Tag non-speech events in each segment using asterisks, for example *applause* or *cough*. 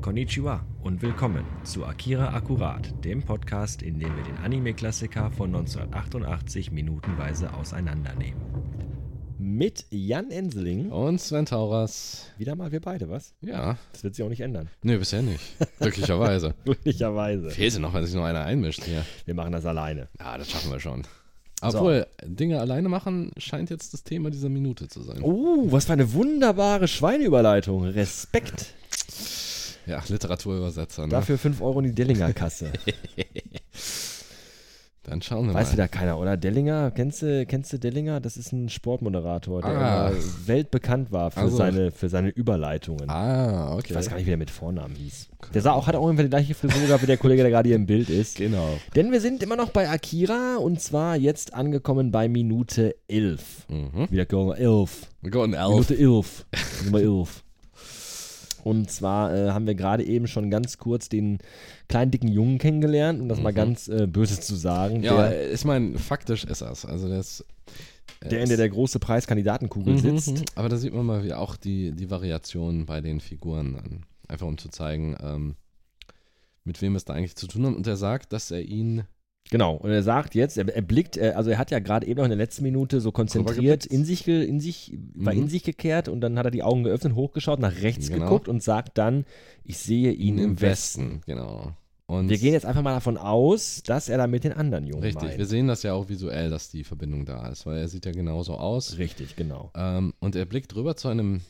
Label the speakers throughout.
Speaker 1: Konnichiwa und willkommen zu Akira Akkurat, dem Podcast, in dem wir den Anime-Klassiker von 1988 minutenweise auseinandernehmen. Mit Jan Enseling,
Speaker 2: Und Sven Tauras.
Speaker 1: wieder mal wir beide, was?
Speaker 2: Ja.
Speaker 1: Das wird sich auch nicht ändern, *laughs*
Speaker 2: Nee, bisher nicht. Glücklicherweise.
Speaker 1: glücklicherweise.
Speaker 2: Fehlte noch, wenn sich noch einer einmischt hier.
Speaker 1: Wir machen das alleine.
Speaker 2: Ja, das schaffen wir schon. Obwohl, Dinge alleine machen scheint jetzt das Thema dieser Minute zu sein.
Speaker 1: Oh, was für eine wunderbare Schweineüberleitung. Respekt.
Speaker 2: Ja, Literaturübersetzer, ne?
Speaker 1: Dafür 5 Euro in die Dellinger *laughs* Kasse.
Speaker 2: Dann schauen wir
Speaker 1: Weiß
Speaker 2: mal.
Speaker 1: wieder keiner, oder? Dellinger, kennst du, kennst du Dellinger? Das ist ein Sportmoderator, der
Speaker 2: Ah.
Speaker 1: immer weltbekannt war für,
Speaker 2: Also.
Speaker 1: seine, für seine Überleitungen.
Speaker 2: Ah,
Speaker 1: Ich
Speaker 2: okay.
Speaker 1: weiß gar nicht, wie der mit Vornamen hieß. Der sah auch, hat auch ungefähr die gleiche Frisur gehabt wie der Kollege, der gerade hier im Bild ist.
Speaker 2: Genau.
Speaker 1: Denn wir sind immer noch bei Akira und zwar jetzt angekommen bei Minute 11.
Speaker 2: Mhm.
Speaker 1: Wieder Go- 11.
Speaker 2: Wir gehen elf.
Speaker 1: Minute 11. Nummer 11. Und zwar äh, haben wir gerade eben schon ganz kurz den kleinen dicken Jungen kennengelernt, um das mal ganz äh, böse zu sagen.
Speaker 2: Mhm. Ja,
Speaker 1: der,
Speaker 2: aber ich meine, faktisch ist das. Also das.
Speaker 1: der in der der große Preis
Speaker 2: Mhm.
Speaker 1: Kandidatenkugel sitzt.
Speaker 2: Aber da sieht man mal wie auch die, die Variationen bei den Figuren an. Einfach um zu zeigen, ähm, mit wem es da eigentlich zu tun hat. Und er sagt, dass er ihn
Speaker 1: Genau. Und er sagt jetzt, er, er blickt, äh, also er hat ja gerade eben noch in der letzten Minute so konzentriert
Speaker 2: Rübergeblickt.
Speaker 1: in sich, ge- in sich, war in sich gekehrt und dann hat er die Augen geöffnet, hochgeschaut, nach rechts
Speaker 2: Genau.
Speaker 1: geguckt und sagt dann, ich sehe ihn im Westen.
Speaker 2: Genau. Und
Speaker 1: Wir gehen jetzt einfach mal davon aus, dass er da mit den anderen Jungen
Speaker 2: Richtig, wir
Speaker 1: meint.
Speaker 2: sehen das ja auch visuell, dass die Verbindung da ist, weil er sieht ja genauso aus.
Speaker 1: Richtig, genau.
Speaker 2: Ähm, und er blickt rüber zu einem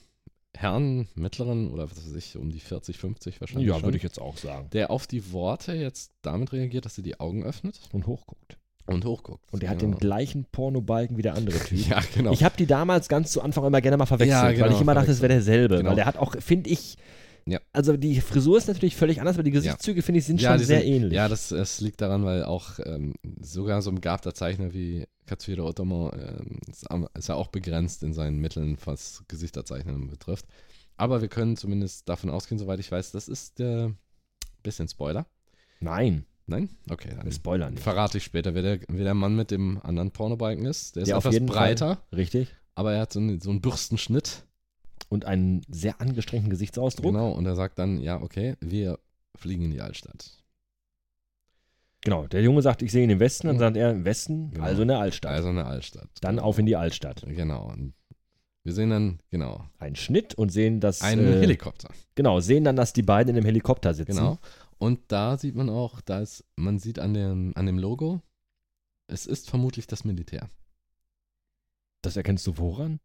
Speaker 2: Herrn, mittleren oder was weiß ich, um die 40, 50 wahrscheinlich. schon,
Speaker 1: jetzt auch sagen.
Speaker 2: Der auf die Worte jetzt damit reagiert, dass sie die Augen öffnet
Speaker 1: Und hochguckt.
Speaker 2: und hochguckt.
Speaker 1: Und er hat
Speaker 2: Genau.
Speaker 1: den gleichen Pornobalken wie der andere Typ.
Speaker 2: *laughs* Ja, genau.
Speaker 1: Ich habe die damals ganz zu Anfang immer gerne mal verwechselt,
Speaker 2: Ja, genau,
Speaker 1: weil ich immer dachte, es wäre derselbe.
Speaker 2: Genau.
Speaker 1: Weil der hat auch, finde ich,
Speaker 2: Ja.
Speaker 1: also die Frisur ist natürlich völlig anders, aber die Gesichtszüge, finde ich, sind
Speaker 2: ja,
Speaker 1: schon
Speaker 2: die
Speaker 1: sehr
Speaker 2: sind-
Speaker 1: ähnlich.
Speaker 2: Ja, das, das liegt daran, weil auch ähm, sogar so ein begabter Zeichner wie Katsuhiro Otomo ähm, ist, am- ist ja auch begrenzt in seinen Mitteln, was Gesichterzeichnung betrifft. Aber wir können zumindest davon ausgehen, soweit ich weiß, das ist der bisschen Spoiler.
Speaker 1: Nein,
Speaker 2: Nein? Okay, dann
Speaker 1: wir spoilern nicht.
Speaker 2: verrate ich später, wer der, wer der Mann mit dem anderen Pornobalken ist. Der ist
Speaker 1: Ja, auf
Speaker 2: etwas
Speaker 1: jeden Fall.
Speaker 2: breiter,
Speaker 1: Richtig.
Speaker 2: aber er hat so einen, so einen Bürstenschnitt.
Speaker 1: Und einen sehr angestrengten Gesichtsausdruck.
Speaker 2: Genau, und er sagt dann, ja, okay, wir fliegen in die Altstadt.
Speaker 1: Genau, Der Junge sagt, ich sehe ihn im Westen, dann
Speaker 2: Ja.
Speaker 1: sagt er im Westen,
Speaker 2: Genau.
Speaker 1: also in der Altstadt.
Speaker 2: Also eine Altstadt.
Speaker 1: Dann auf in die Altstadt.
Speaker 2: Genau. Und wir sehen dann, genau,
Speaker 1: Einen Schnitt und sehen, dass.
Speaker 2: einen
Speaker 1: äh,
Speaker 2: Helikopter.
Speaker 1: Genau, sehen dann, dass die beiden in dem Helikopter sitzen.
Speaker 2: Genau. Und da sieht man auch, da ist, man sieht an dem, an dem Logo, es ist vermutlich das Militär.
Speaker 1: Das erkennst du woran?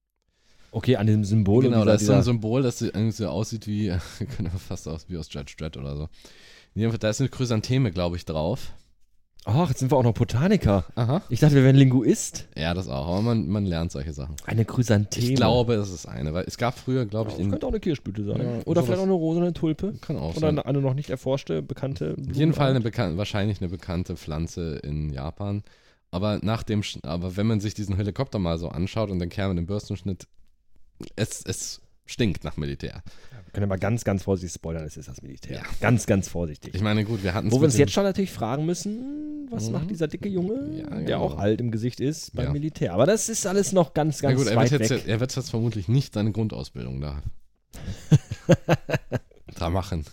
Speaker 1: Okay, an dem Symbol. und
Speaker 2: genau,
Speaker 1: dieser,
Speaker 2: da ist so ein
Speaker 1: dieser-
Speaker 2: Symbol, das so- irgendwie so aussieht wie, *laughs* könnte man fast aus, wie aus Judge Dredd oder so. Jedenfalls, da ist eine Chrysantheme, glaube ich, drauf.
Speaker 1: Ach, jetzt sind wir auch noch Botaniker.
Speaker 2: Aha.
Speaker 1: Ich dachte, wir wären Linguist.
Speaker 2: Ja, das auch. Aber man, man lernt solche Sachen.
Speaker 1: Eine Chrysantheme.
Speaker 2: Ich glaube, das ist eine, weil es gab früher, glaube
Speaker 1: Ja,
Speaker 2: ich,
Speaker 1: das
Speaker 2: in,
Speaker 1: könnte auch eine Kirschblüte sein.
Speaker 2: Ja,
Speaker 1: oder
Speaker 2: sowas.
Speaker 1: vielleicht auch eine Rose oder eine Tulpe.
Speaker 2: kann auch
Speaker 1: Oder
Speaker 2: sein.
Speaker 1: eine, eine noch nicht erforschte, bekannte.
Speaker 2: Auf jeden Fall eine
Speaker 1: Blumenart.
Speaker 2: bekan- wahrscheinlich eine bekannte Pflanze in Japan. Aber nach dem, Sch- aber wenn man sich diesen Helikopter mal so anschaut und den Kerl mit dem Bürstenschnitt, es, es stinkt nach Militär.
Speaker 1: Wir können ja mal ganz, ganz vorsichtig spoilern, es ist das Militär.
Speaker 2: Ja.
Speaker 1: Ganz, ganz vorsichtig.
Speaker 2: Ich meine, gut, wir hatten
Speaker 1: Wo wir uns jetzt schon natürlich fragen müssen, was
Speaker 2: Mhm.
Speaker 1: macht dieser dicke Junge,
Speaker 2: Ja,
Speaker 1: der
Speaker 2: genau.
Speaker 1: auch alt im Gesicht ist, beim
Speaker 2: Ja.
Speaker 1: Militär. Aber das ist alles noch ganz,
Speaker 2: ja
Speaker 1: ganz
Speaker 2: gut, er
Speaker 1: weit
Speaker 2: wird jetzt,
Speaker 1: weg.
Speaker 2: er wird jetzt vermutlich nicht seine
Speaker 1: *laughs*
Speaker 2: Grundausbildung da, da machen.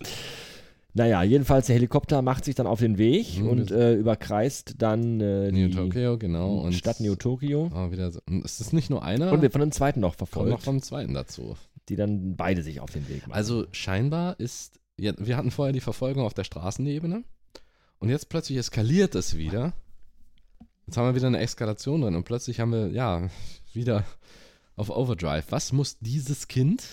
Speaker 1: Naja, jedenfalls der Helikopter macht sich dann auf den Weg
Speaker 2: Mhm,
Speaker 1: und
Speaker 2: wir-
Speaker 1: äh, überkreist dann äh,
Speaker 2: New
Speaker 1: die
Speaker 2: Tokyo, genau. Und
Speaker 1: Stadt Neo Tokyo.
Speaker 2: Ah, wieder so. Und es ist nicht nur einer,
Speaker 1: Und wird von einem zweiten noch
Speaker 2: kommt noch
Speaker 1: verfolgt,
Speaker 2: vom zweiten dazu.
Speaker 1: die dann beide sich auf den Weg machen.
Speaker 2: Also scheinbar ist, ja, wir hatten vorher die Verfolgung auf der Straßenebene und jetzt plötzlich eskaliert es wieder. Jetzt haben wir wieder eine Eskalation drin und plötzlich haben wir, ja, wieder auf Overdrive. Was muss dieses Kind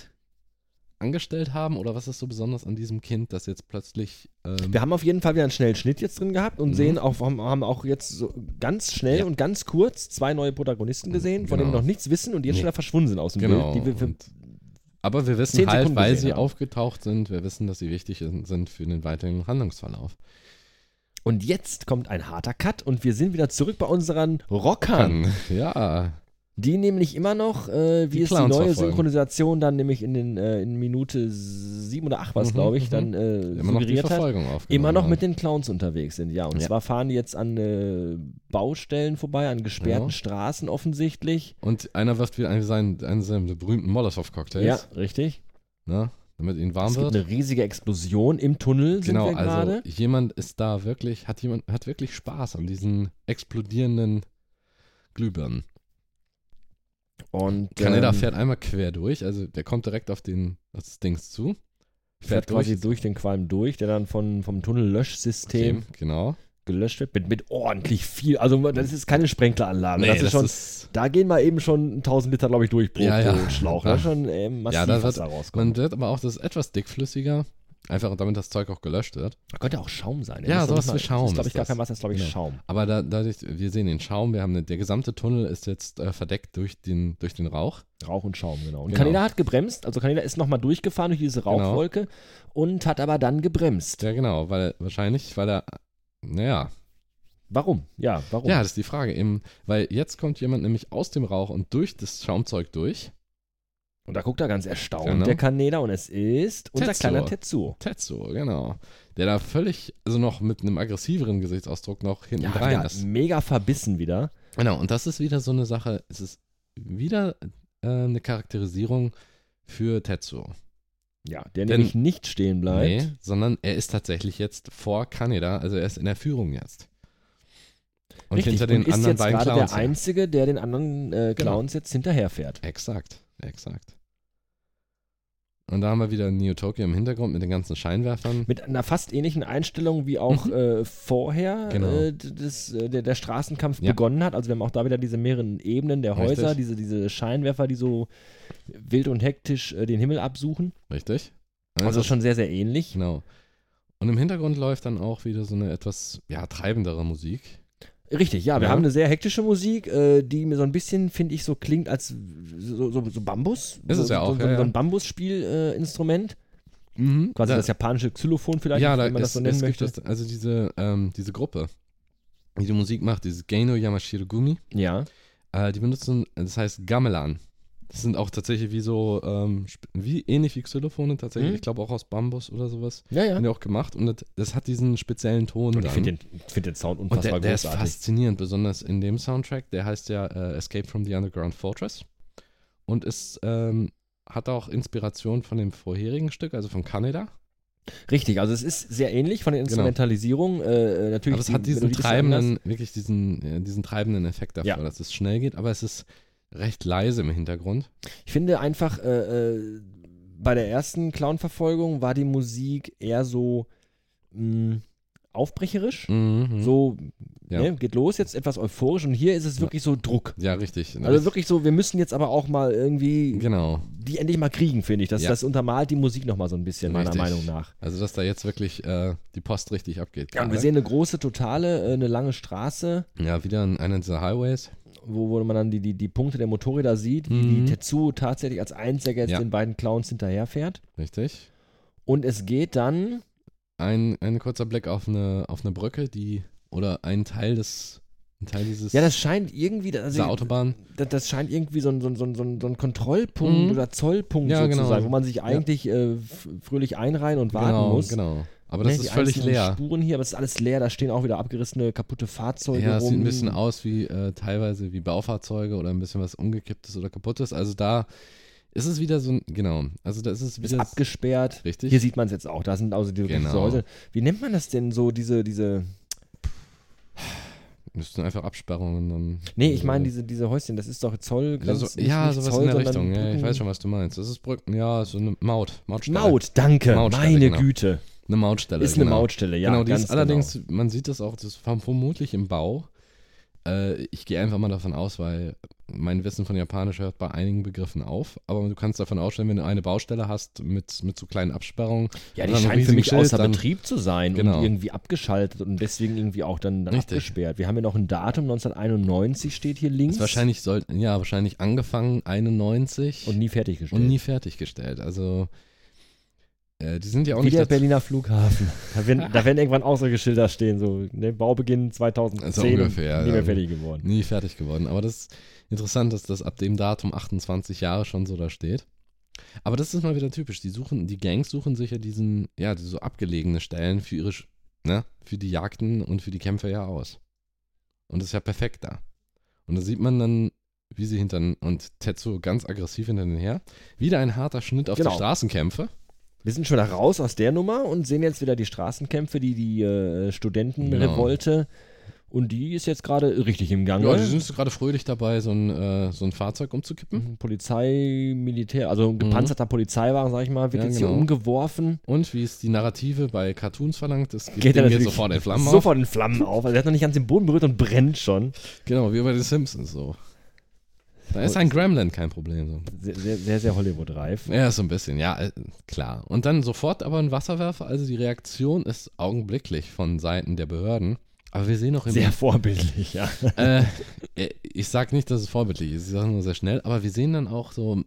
Speaker 2: angestellt haben oder was ist so besonders an diesem Kind, dass jetzt plötzlich... Ähm,
Speaker 1: wir haben auf jeden Fall wieder einen schnellen Schnitt jetzt drin gehabt und sehen auch, haben, haben auch jetzt so ganz schnell
Speaker 2: Mhm. Ja.
Speaker 1: und ganz kurz zwei neue Protagonisten gesehen, von denen wir
Speaker 2: Genau.
Speaker 1: noch nichts wissen und die jetzt
Speaker 2: Nee.
Speaker 1: schon wieder verschwunden sind aus dem
Speaker 2: Genau.
Speaker 1: Bild. Die wir für,
Speaker 2: Und- aber wir wissen
Speaker 1: zehn
Speaker 2: halt,
Speaker 1: Sekunden
Speaker 2: weil
Speaker 1: gesehen
Speaker 2: sie
Speaker 1: haben.
Speaker 2: aufgetaucht sind, wir wissen, dass sie wichtig sind für den weiteren Handlungsverlauf.
Speaker 1: und jetzt kommt ein harter Cut und wir sind wieder zurück bei unseren Rockern.
Speaker 2: Ja,
Speaker 1: Die nämlich immer noch, äh, wie
Speaker 2: Die
Speaker 1: es die neue
Speaker 2: Clowns verfolgen.
Speaker 1: Synchronisation dann nämlich in, den, äh, in Minute sieben oder acht war es,
Speaker 2: Mhm,
Speaker 1: glaube ich,
Speaker 2: mhm.
Speaker 1: dann äh,
Speaker 2: immer noch die
Speaker 1: suggeriert hat.
Speaker 2: Verfolgung aufgenommen.
Speaker 1: Immer noch
Speaker 2: haben.
Speaker 1: mit den Clowns unterwegs sind, ja. Und
Speaker 2: genau. Ja.
Speaker 1: zwar fahren die jetzt an äh, Baustellen vorbei, an gesperrten
Speaker 2: Ja.
Speaker 1: Straßen offensichtlich.
Speaker 2: Und einer wirft wieder einen seinen, einen seiner berühmten Molotow-Cocktails.
Speaker 1: Ja, richtig.
Speaker 2: Ne? damit ihnen warm
Speaker 1: Es gibt
Speaker 2: wird.
Speaker 1: eine riesige Explosion im Tunnel, sind
Speaker 2: Genau,
Speaker 1: wir
Speaker 2: also
Speaker 1: gerade.
Speaker 2: jemand ist da wirklich, hat jemand, hat wirklich Spaß an diesen explodierenden Glühbirnen.
Speaker 1: Und
Speaker 2: Kaneda
Speaker 1: ähm,
Speaker 2: fährt einmal quer durch, also der kommt direkt auf den, auf das Dings zu.
Speaker 1: fährt quasi durch den Qualm durch, der dann von, vom Tunnellöschsystem
Speaker 2: System, genau.
Speaker 1: gelöscht wird. Mit, mit ordentlich viel. Also, das ist keine Sprenkleranlage. das ist schon.
Speaker 2: ist,
Speaker 1: da gehen mal eben schon 1000 Liter, glaube ich, durch pro,
Speaker 2: Ja, ja.
Speaker 1: pro Schlauch. Das ist schon äh, massiv,
Speaker 2: Ja, da
Speaker 1: was
Speaker 2: wird-
Speaker 1: da rauskommt.
Speaker 2: man wird aber auch, das ist etwas dickflüssiger, einfach damit das Zeug auch gelöscht wird.
Speaker 1: Da könnte auch Schaum sein.
Speaker 2: Ja,
Speaker 1: Das ist doch
Speaker 2: sowas
Speaker 1: nicht
Speaker 2: wie Schaum
Speaker 1: Das ist, glaube ich,
Speaker 2: ist
Speaker 1: gar
Speaker 2: das.
Speaker 1: kein Wasser, das ist, glaube ich,
Speaker 2: Genau.
Speaker 1: Schaum.
Speaker 2: Aber da, dadurch, wir sehen den Schaum, wir haben den, der gesamte Tunnel ist jetzt äh, verdeckt durch den, durch den Rauch.
Speaker 1: Rauch und Schaum, genau. Und
Speaker 2: Genau.
Speaker 1: Kaneda hat gebremst, also Kaneda ist nochmal durchgefahren durch diese
Speaker 2: Genau.
Speaker 1: Rauchwolke und hat aber dann gebremst.
Speaker 2: Ja, genau, weil wahrscheinlich, weil er, naja,
Speaker 1: Warum? Ja, warum?
Speaker 2: Ja, das ist die Frage eben, weil jetzt kommt jemand nämlich aus dem Rauch und durch das Schaumzeug durch.
Speaker 1: Und da guckt er ganz erstaunt,
Speaker 2: Genau.
Speaker 1: der Kaneda, und es ist unser
Speaker 2: Tetsuo.
Speaker 1: kleiner Tetsuo.
Speaker 2: Tetsuo, genau. Der da völlig, also noch mit einem aggressiveren Gesichtsausdruck noch hinten
Speaker 1: Ja,
Speaker 2: rein
Speaker 1: wieder
Speaker 2: ist.
Speaker 1: mega verbissen wieder.
Speaker 2: Genau, und das ist wieder so eine Sache, es ist wieder äh, eine Charakterisierung für Tetsuo.
Speaker 1: Ja, der
Speaker 2: Denn-
Speaker 1: nämlich nicht stehen bleibt.
Speaker 2: Nee, sondern er ist tatsächlich jetzt vor Kaneda, also er ist in der Führung jetzt. Und
Speaker 1: Richtig,
Speaker 2: hinter den
Speaker 1: und ist
Speaker 2: anderen
Speaker 1: jetzt
Speaker 2: beiden
Speaker 1: gerade
Speaker 2: Clowns.
Speaker 1: der
Speaker 2: her.
Speaker 1: Einzige, der den anderen äh,
Speaker 2: Genau.
Speaker 1: Clowns jetzt hinterherfährt.
Speaker 2: Exakt, exakt. Und da haben wir wieder Neo Tokyo im Hintergrund mit den ganzen Scheinwerfern.
Speaker 1: Mit einer fast ähnlichen Einstellung, wie auch äh, vorher
Speaker 2: Mhm. Genau.
Speaker 1: äh, d- das, äh, der, der Straßenkampf
Speaker 2: Ja.
Speaker 1: begonnen hat. Also wir haben auch da wieder diese mehreren Ebenen der
Speaker 2: Richtig.
Speaker 1: Häuser, diese, diese Scheinwerfer, die so wild und hektisch äh, den Himmel absuchen.
Speaker 2: Richtig?
Speaker 1: Also schon sehr, sehr ähnlich.
Speaker 2: Genau. Und im Hintergrund läuft dann auch wieder so eine etwas ja, treibendere Musik.
Speaker 1: Richtig, ja, wir
Speaker 2: Ja.
Speaker 1: haben eine sehr hektische Musik, äh, die mir so ein bisschen, finde ich, so klingt als so, so, so Bambus.
Speaker 2: Ist
Speaker 1: so,
Speaker 2: es ja
Speaker 1: so,
Speaker 2: auch,
Speaker 1: so,
Speaker 2: ja,
Speaker 1: so
Speaker 2: ja.
Speaker 1: ein Bambusspielinstrument. Äh, Instrument. Mhm. Quasi
Speaker 2: Da-
Speaker 1: das japanische Xylophon vielleicht,
Speaker 2: ja, da
Speaker 1: wenn man
Speaker 2: ist,
Speaker 1: das so nennen
Speaker 2: es gibt
Speaker 1: möchte.
Speaker 2: das, also diese, ähm, diese Gruppe, die die Musik macht, dieses Gaino Yamashiro Gumi,
Speaker 1: Ja.
Speaker 2: äh, die benutzen, das heißt Gamelan. Das sind auch tatsächlich wie so, ähm, sp- wie ähnlich wie Xylophone tatsächlich,
Speaker 1: Mhm.
Speaker 2: ich glaube auch aus Bambus oder sowas.
Speaker 1: Ja, ja.
Speaker 2: Haben die auch gemacht und das, das hat diesen speziellen Ton.
Speaker 1: Und ich
Speaker 2: dann.
Speaker 1: finde den, ich find den Sound
Speaker 2: Und
Speaker 1: unfassbar
Speaker 2: der, der ist
Speaker 1: großartig.
Speaker 2: faszinierend, besonders in dem Soundtrack. Der heißt ja äh, Escape from the Underground Fortress und ist, ähm, hat auch Inspiration von dem vorherigen Stück, also von Kaneda.
Speaker 1: Richtig, also es ist sehr ähnlich von den
Speaker 2: Genau.
Speaker 1: Instrumentalisierungen. Äh, natürlich
Speaker 2: Aber es hat
Speaker 1: die
Speaker 2: diesen
Speaker 1: Melodie ist anders.
Speaker 2: treibenden, wirklich diesen, äh, diesen treibenden Effekt davor,
Speaker 1: Ja.
Speaker 2: dass es schnell geht, aber es ist recht leise im Hintergrund.
Speaker 1: Ich finde einfach, äh, äh, bei der ersten Clown-Verfolgung war die Musik eher so mh, aufbrecherisch.
Speaker 2: Mhm.
Speaker 1: So,
Speaker 2: Ja.
Speaker 1: ne, geht los, jetzt etwas euphorisch. Und hier ist es wirklich so Druck.
Speaker 2: Ja, richtig.
Speaker 1: Also wirklich so, wir müssen jetzt aber auch mal irgendwie
Speaker 2: Genau.
Speaker 1: die endlich mal kriegen, finde ich. Das,
Speaker 2: Ja.
Speaker 1: das untermalt die Musik nochmal so ein bisschen, meiner
Speaker 2: Richtig.
Speaker 1: Meinung nach.
Speaker 2: Also, dass da jetzt wirklich äh, die Post richtig abgeht.
Speaker 1: Ja, und wir
Speaker 2: gerade.
Speaker 1: sehen eine große, totale, äh, eine lange Straße.
Speaker 2: ja wieder an einer dieser Highways.
Speaker 1: wo, wo man dann die, die, die Punkte der Motorräder sieht, wie
Speaker 2: Mhm.
Speaker 1: die Tetsuo tatsächlich als einziger jetzt
Speaker 2: Ja.
Speaker 1: den beiden Clowns hinterherfährt.
Speaker 2: Richtig.
Speaker 1: Und es geht dann,
Speaker 2: ein, ein kurzer Blick auf eine, auf eine Brücke, die oder ein Teil des ein Teil dieses
Speaker 1: ja, das scheint irgendwie, also,
Speaker 2: dieser Autobahn.
Speaker 1: das, das scheint irgendwie so ein, so ein, so ein, so ein, so ein Kontrollpunkt
Speaker 2: Mhm.
Speaker 1: oder Zollpunkt
Speaker 2: Ja,
Speaker 1: so zu
Speaker 2: genau.
Speaker 1: sein, wo man sich eigentlich äh, f- fröhlich einreihen und warten
Speaker 2: Genau,
Speaker 1: muss.
Speaker 2: genau. Aber das
Speaker 1: Ne,
Speaker 2: ist
Speaker 1: die
Speaker 2: völlig
Speaker 1: einzelnen
Speaker 2: leer.
Speaker 1: Spuren hier, aber es ist alles leer, da stehen auch wieder abgerissene, kaputte Fahrzeuge
Speaker 2: Ja, es
Speaker 1: rum.
Speaker 2: sieht ein bisschen aus wie äh, teilweise wie Baufahrzeuge oder ein bisschen was umgekipptes oder kaputtes. Also da ist es wieder so ein genau. Also da ist es
Speaker 1: Ist
Speaker 2: wieder
Speaker 1: abgesperrt.
Speaker 2: richtig.
Speaker 1: Hier sieht man es jetzt auch. Da sind also diese diese
Speaker 2: Genau.
Speaker 1: Häuser. Wie nennt man das denn so, diese, diese,
Speaker 2: müssten einfach Absperrungen dann.
Speaker 1: Nee, ich meine diese, diese Häuschen, das ist doch Zoll.
Speaker 2: ja, so, ja, sowas in der Richtung. Ja, ich weiß schon, was du meinst. Das ist Brücken, ja, so eine Maut, Mautstelle.
Speaker 1: Maut, danke,
Speaker 2: Mautstelle,
Speaker 1: meine
Speaker 2: genau.
Speaker 1: Güte.
Speaker 2: Eine Mautstelle.
Speaker 1: Ist eine
Speaker 2: genau.
Speaker 1: Mautstelle, ja.
Speaker 2: genau, die
Speaker 1: ganz
Speaker 2: ist allerdings, man sieht das auch, das ist verm- vermutlich im Bau. Äh, ich gehe einfach mal davon aus, weil mein Wissen von Japanisch hört bei einigen Begriffen auf. Aber du kannst davon ausstellen, wenn du eine Baustelle hast mit, mit so kleinen Absperrungen.
Speaker 1: Genau. Ja, die
Speaker 2: oder einem
Speaker 1: scheint für mich
Speaker 2: riesigen Schild,
Speaker 1: außer
Speaker 2: dann-
Speaker 1: Betrieb zu sein und
Speaker 2: Genau.
Speaker 1: irgendwie abgeschaltet und deswegen irgendwie auch dann, dann
Speaker 2: Richtig.
Speaker 1: abgesperrt. Wir haben hier noch ein Datum, 1991 steht hier links
Speaker 2: Ist wahrscheinlich sollten, ja, wahrscheinlich angefangen 91
Speaker 1: und nie fertiggestellt.
Speaker 2: und nie fertiggestellt. Also, äh, die sind ja auch
Speaker 1: Wie
Speaker 2: nicht
Speaker 1: der
Speaker 2: dazu-
Speaker 1: Berliner Flughafen. Da werden, da werden irgendwann auch solche Schilder stehen, so ne, Baubeginn 2010,
Speaker 2: So Also ungefähr,
Speaker 1: nie mehr
Speaker 2: ja. Mhm.
Speaker 1: fertig geworden.
Speaker 2: nie fertig geworden. Aber das ist interessant, dass das ab dem Datum 28 Jahre schon so da steht. Aber das ist mal wieder typisch. Die suchen, die Gangs suchen sich ja diesen, ja, diese so abgelegene Stellen für ihre, Sch- ne, für die Jagden und für die Kämpfe ja aus. Und das ist ja perfekt da. Und da sieht man dann, wie sie hinter und Tetsuo ganz aggressiv hinter den her. Wieder ein harter Schnitt auf
Speaker 1: Genau.
Speaker 2: die Straßenkämpfe.
Speaker 1: Wir sind schon raus aus der Nummer und sehen jetzt wieder die Straßenkämpfe, die die äh, Studentenrevolte. Und die ist jetzt gerade richtig im Gange.
Speaker 2: Genau. Ja, die sind gerade fröhlich dabei, so ein, äh, so ein Fahrzeug umzukippen.
Speaker 1: Mhm. Polizei, Militär, also ein gepanzerter Polizeiwagen, sag ich mal, wird
Speaker 2: Mhm. Ja,
Speaker 1: jetzt hier
Speaker 2: genau.
Speaker 1: umgeworfen.
Speaker 2: Und wie es die Narrative bei Cartoons verlangt, das geht,
Speaker 1: Geht er
Speaker 2: dem jetzt
Speaker 1: natürlich
Speaker 2: sofort in Flammen
Speaker 1: *laughs*
Speaker 2: auf.
Speaker 1: Sofort in Flammen auf. Also er hat noch nicht ganz den Boden berührt und brennt schon.
Speaker 2: Genau, wie bei den Simpsons so. Da ist ein Gremlin kein Problem. So.
Speaker 1: Sehr, sehr, sehr, sehr Hollywood-reif.
Speaker 2: Ja, so ein bisschen, ja, äh, klar. Und dann sofort aber ein Wasserwerfer, also die Reaktion ist augenblicklich von Seiten der Behörden. Aber wir sehen auch im
Speaker 1: Sehr vorbildlich, ja.
Speaker 2: *laughs* äh, äh, ich sag nicht, dass es vorbildlich ist, ich sage nur sehr schnell, aber wir sehen dann auch so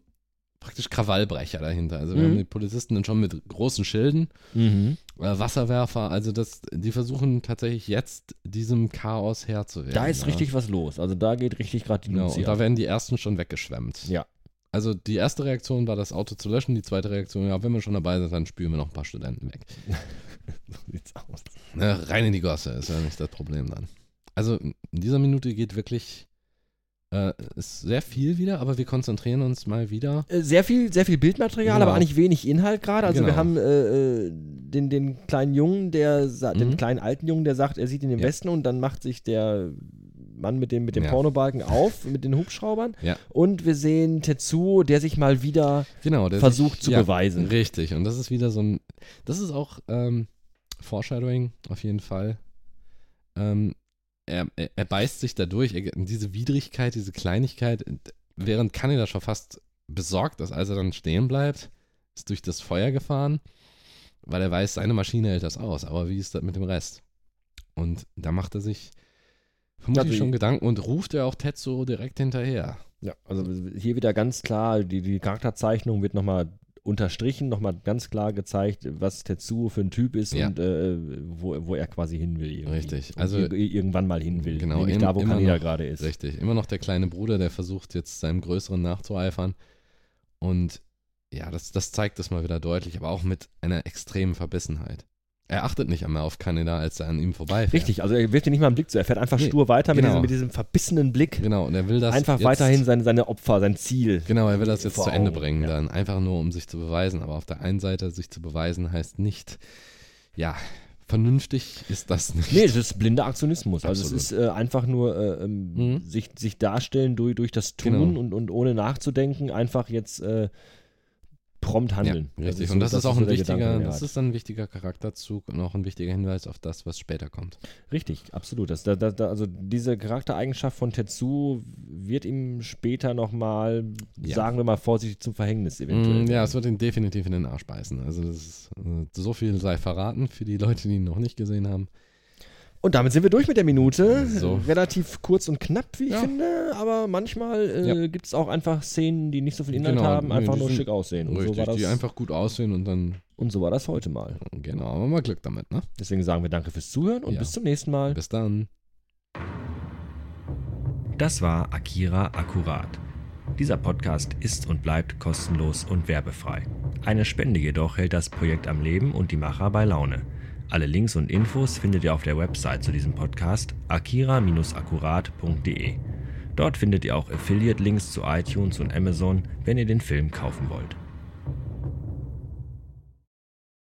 Speaker 2: praktisch Krawallbrecher dahinter. Also wir
Speaker 1: Mhm.
Speaker 2: haben die Polizisten dann schon mit großen Schilden,
Speaker 1: Mhm.
Speaker 2: äh, Wasserwerfer, also das, die versuchen tatsächlich jetzt diesem Chaos Herr zu werden.
Speaker 1: Da ist
Speaker 2: ja.
Speaker 1: richtig was los. Also da geht richtig gerade die
Speaker 2: Genau,
Speaker 1: Luzi
Speaker 2: und da
Speaker 1: ab.
Speaker 2: werden die ersten schon weggeschwemmt.
Speaker 1: Ja.
Speaker 2: Also die erste Reaktion war, das Auto zu löschen. Die zweite Reaktion, ja, wenn wir schon dabei sind, dann spülen wir noch ein paar Studenten weg.
Speaker 1: So sieht's aus.
Speaker 2: Ne, rein in die Gosse ist ja nicht das Problem dann. Also in dieser Minute geht wirklich äh, ist sehr viel wieder, aber wir konzentrieren uns mal wieder.
Speaker 1: Äh, Sehr viel, sehr viel Bildmaterial,
Speaker 2: Genau.
Speaker 1: aber eigentlich wenig Inhalt gerade. Also wir
Speaker 2: Genau.
Speaker 1: haben äh, äh, den, den kleinen Jungen, der sa- den
Speaker 2: Mhm.
Speaker 1: kleinen alten Jungen, der sagt, er sieht in den
Speaker 2: Ja.
Speaker 1: Westen und dann macht sich der Mann mit dem, mit dem
Speaker 2: Ja.
Speaker 1: Pornobalken auf, mit den Hubschraubern.
Speaker 2: Ja.
Speaker 1: Und wir sehen Tetsuo, der sich mal wieder
Speaker 2: Genau, der
Speaker 1: versucht
Speaker 2: sich-
Speaker 1: zu
Speaker 2: ja,
Speaker 1: beweisen.
Speaker 2: Richtig, und das ist wieder so ein, das ist auch ähm, Foreshadowing auf jeden Fall. Ähm, er, er, er beißt sich dadurch, er, diese Widrigkeit, diese Kleinigkeit, während Kaneda schon fast besorgt ist, als er dann stehen bleibt, ist durch das Feuer gefahren, weil er weiß, seine Maschine hält das aus, aber wie ist das mit dem Rest? Und da macht er sich vermutlich
Speaker 1: Also-
Speaker 2: schon Gedanken und ruft er auch Tetsuo direkt hinterher.
Speaker 1: Ja, also
Speaker 2: Mhm.
Speaker 1: hier wieder ganz klar, die, die Charakterzeichnung wird nochmal unterstrichen, nochmal ganz klar gezeigt, was Tetsuo für ein Typ ist
Speaker 2: Ja.
Speaker 1: und äh, wo, wo er quasi hin will. irgendwie.
Speaker 2: Richtig,
Speaker 1: Und
Speaker 2: also-
Speaker 1: ir- irgendwann mal hin will.
Speaker 2: Genau,
Speaker 1: nämlich
Speaker 2: im-
Speaker 1: da, wo
Speaker 2: immer
Speaker 1: Kaneda
Speaker 2: noch-
Speaker 1: gerade ist.
Speaker 2: Richtig. Immer noch der kleine Bruder, der versucht jetzt seinem Größeren nachzueifern. Und ja, das, das zeigt es mal wieder deutlich, aber auch mit einer extremen Verbissenheit. Er achtet nicht einmal auf Kaneda, als er an ihm vorbeifährt.
Speaker 1: Richtig, also er wirft dir nicht mal einen Blick zu, er fährt einfach
Speaker 2: Nee,
Speaker 1: stur weiter mit,
Speaker 2: genau.
Speaker 1: diesem, mit diesem verbissenen Blick.
Speaker 2: Genau, und er will das
Speaker 1: einfach
Speaker 2: jetzt-
Speaker 1: weiterhin seine, seine Opfer, sein Ziel.
Speaker 2: Genau, er will das jetzt
Speaker 1: vor
Speaker 2: zu Ende
Speaker 1: Augen,
Speaker 2: bringen
Speaker 1: ja.
Speaker 2: dann. Einfach nur, um sich zu beweisen. Aber auf der einen Seite, sich zu beweisen, heißt nicht, ja, vernünftig ist das nicht.
Speaker 1: Nee, es ist blinder Aktionismus. Also
Speaker 2: Absolut.
Speaker 1: es ist äh, einfach nur äh, ähm,
Speaker 2: Mhm.
Speaker 1: sich, sich darstellen durch, durch das Tun
Speaker 2: Genau.
Speaker 1: und, und ohne nachzudenken einfach jetzt äh, prompt handeln.
Speaker 2: Ja, richtig. und das, ist
Speaker 1: so
Speaker 2: auch ein
Speaker 1: der
Speaker 2: wichtiger,
Speaker 1: Gedanke, den er
Speaker 2: das
Speaker 1: hat.
Speaker 2: ist ein wichtiger Charakterzug und auch ein wichtiger Hinweis auf das, was später kommt.
Speaker 1: Richtig, absolut. Das, da, da, da, also diese Charaktereigenschaft von Tetsu wird ihm später nochmal,
Speaker 2: Ja.
Speaker 1: sagen wir mal vorsichtig, zum Verhängnis eventuell.
Speaker 2: Mm, Ja, es wird ihn definitiv in den Arsch beißen. Also das ist, äh, so viel sei verraten für die Leute, die ihn noch nicht gesehen haben.
Speaker 1: Und damit sind wir durch mit der Minute.
Speaker 2: So.
Speaker 1: Relativ kurz und knapp, wie ich
Speaker 2: Ja.
Speaker 1: finde. Aber manchmal äh,
Speaker 2: Ja.
Speaker 1: gibt es auch einfach Szenen, die nicht so viel Inhalt
Speaker 2: Genau,
Speaker 1: haben,
Speaker 2: nee,
Speaker 1: einfach
Speaker 2: die
Speaker 1: nur
Speaker 2: sind
Speaker 1: schick aussehen. Und so,
Speaker 2: Richtig,
Speaker 1: war das,
Speaker 2: die einfach gut aussehen und dann,
Speaker 1: und so war das heute mal.
Speaker 2: genau, aber mal Glück damit, ne?
Speaker 1: Deswegen sagen wir danke fürs Zuhören und
Speaker 2: Ja.
Speaker 1: bis zum nächsten Mal.
Speaker 2: Bis dann.
Speaker 1: Das war Akira Akkurat. Dieser Podcast ist und bleibt kostenlos und werbefrei. Eine Spende jedoch hält das Projekt am Leben und die Macher bei Laune. Alle Links und Infos findet ihr auf der Website zu diesem Podcast akira-akkurat.de. Dort findet ihr auch Affiliate-Links zu iTunes und Amazon, wenn ihr den Film kaufen wollt.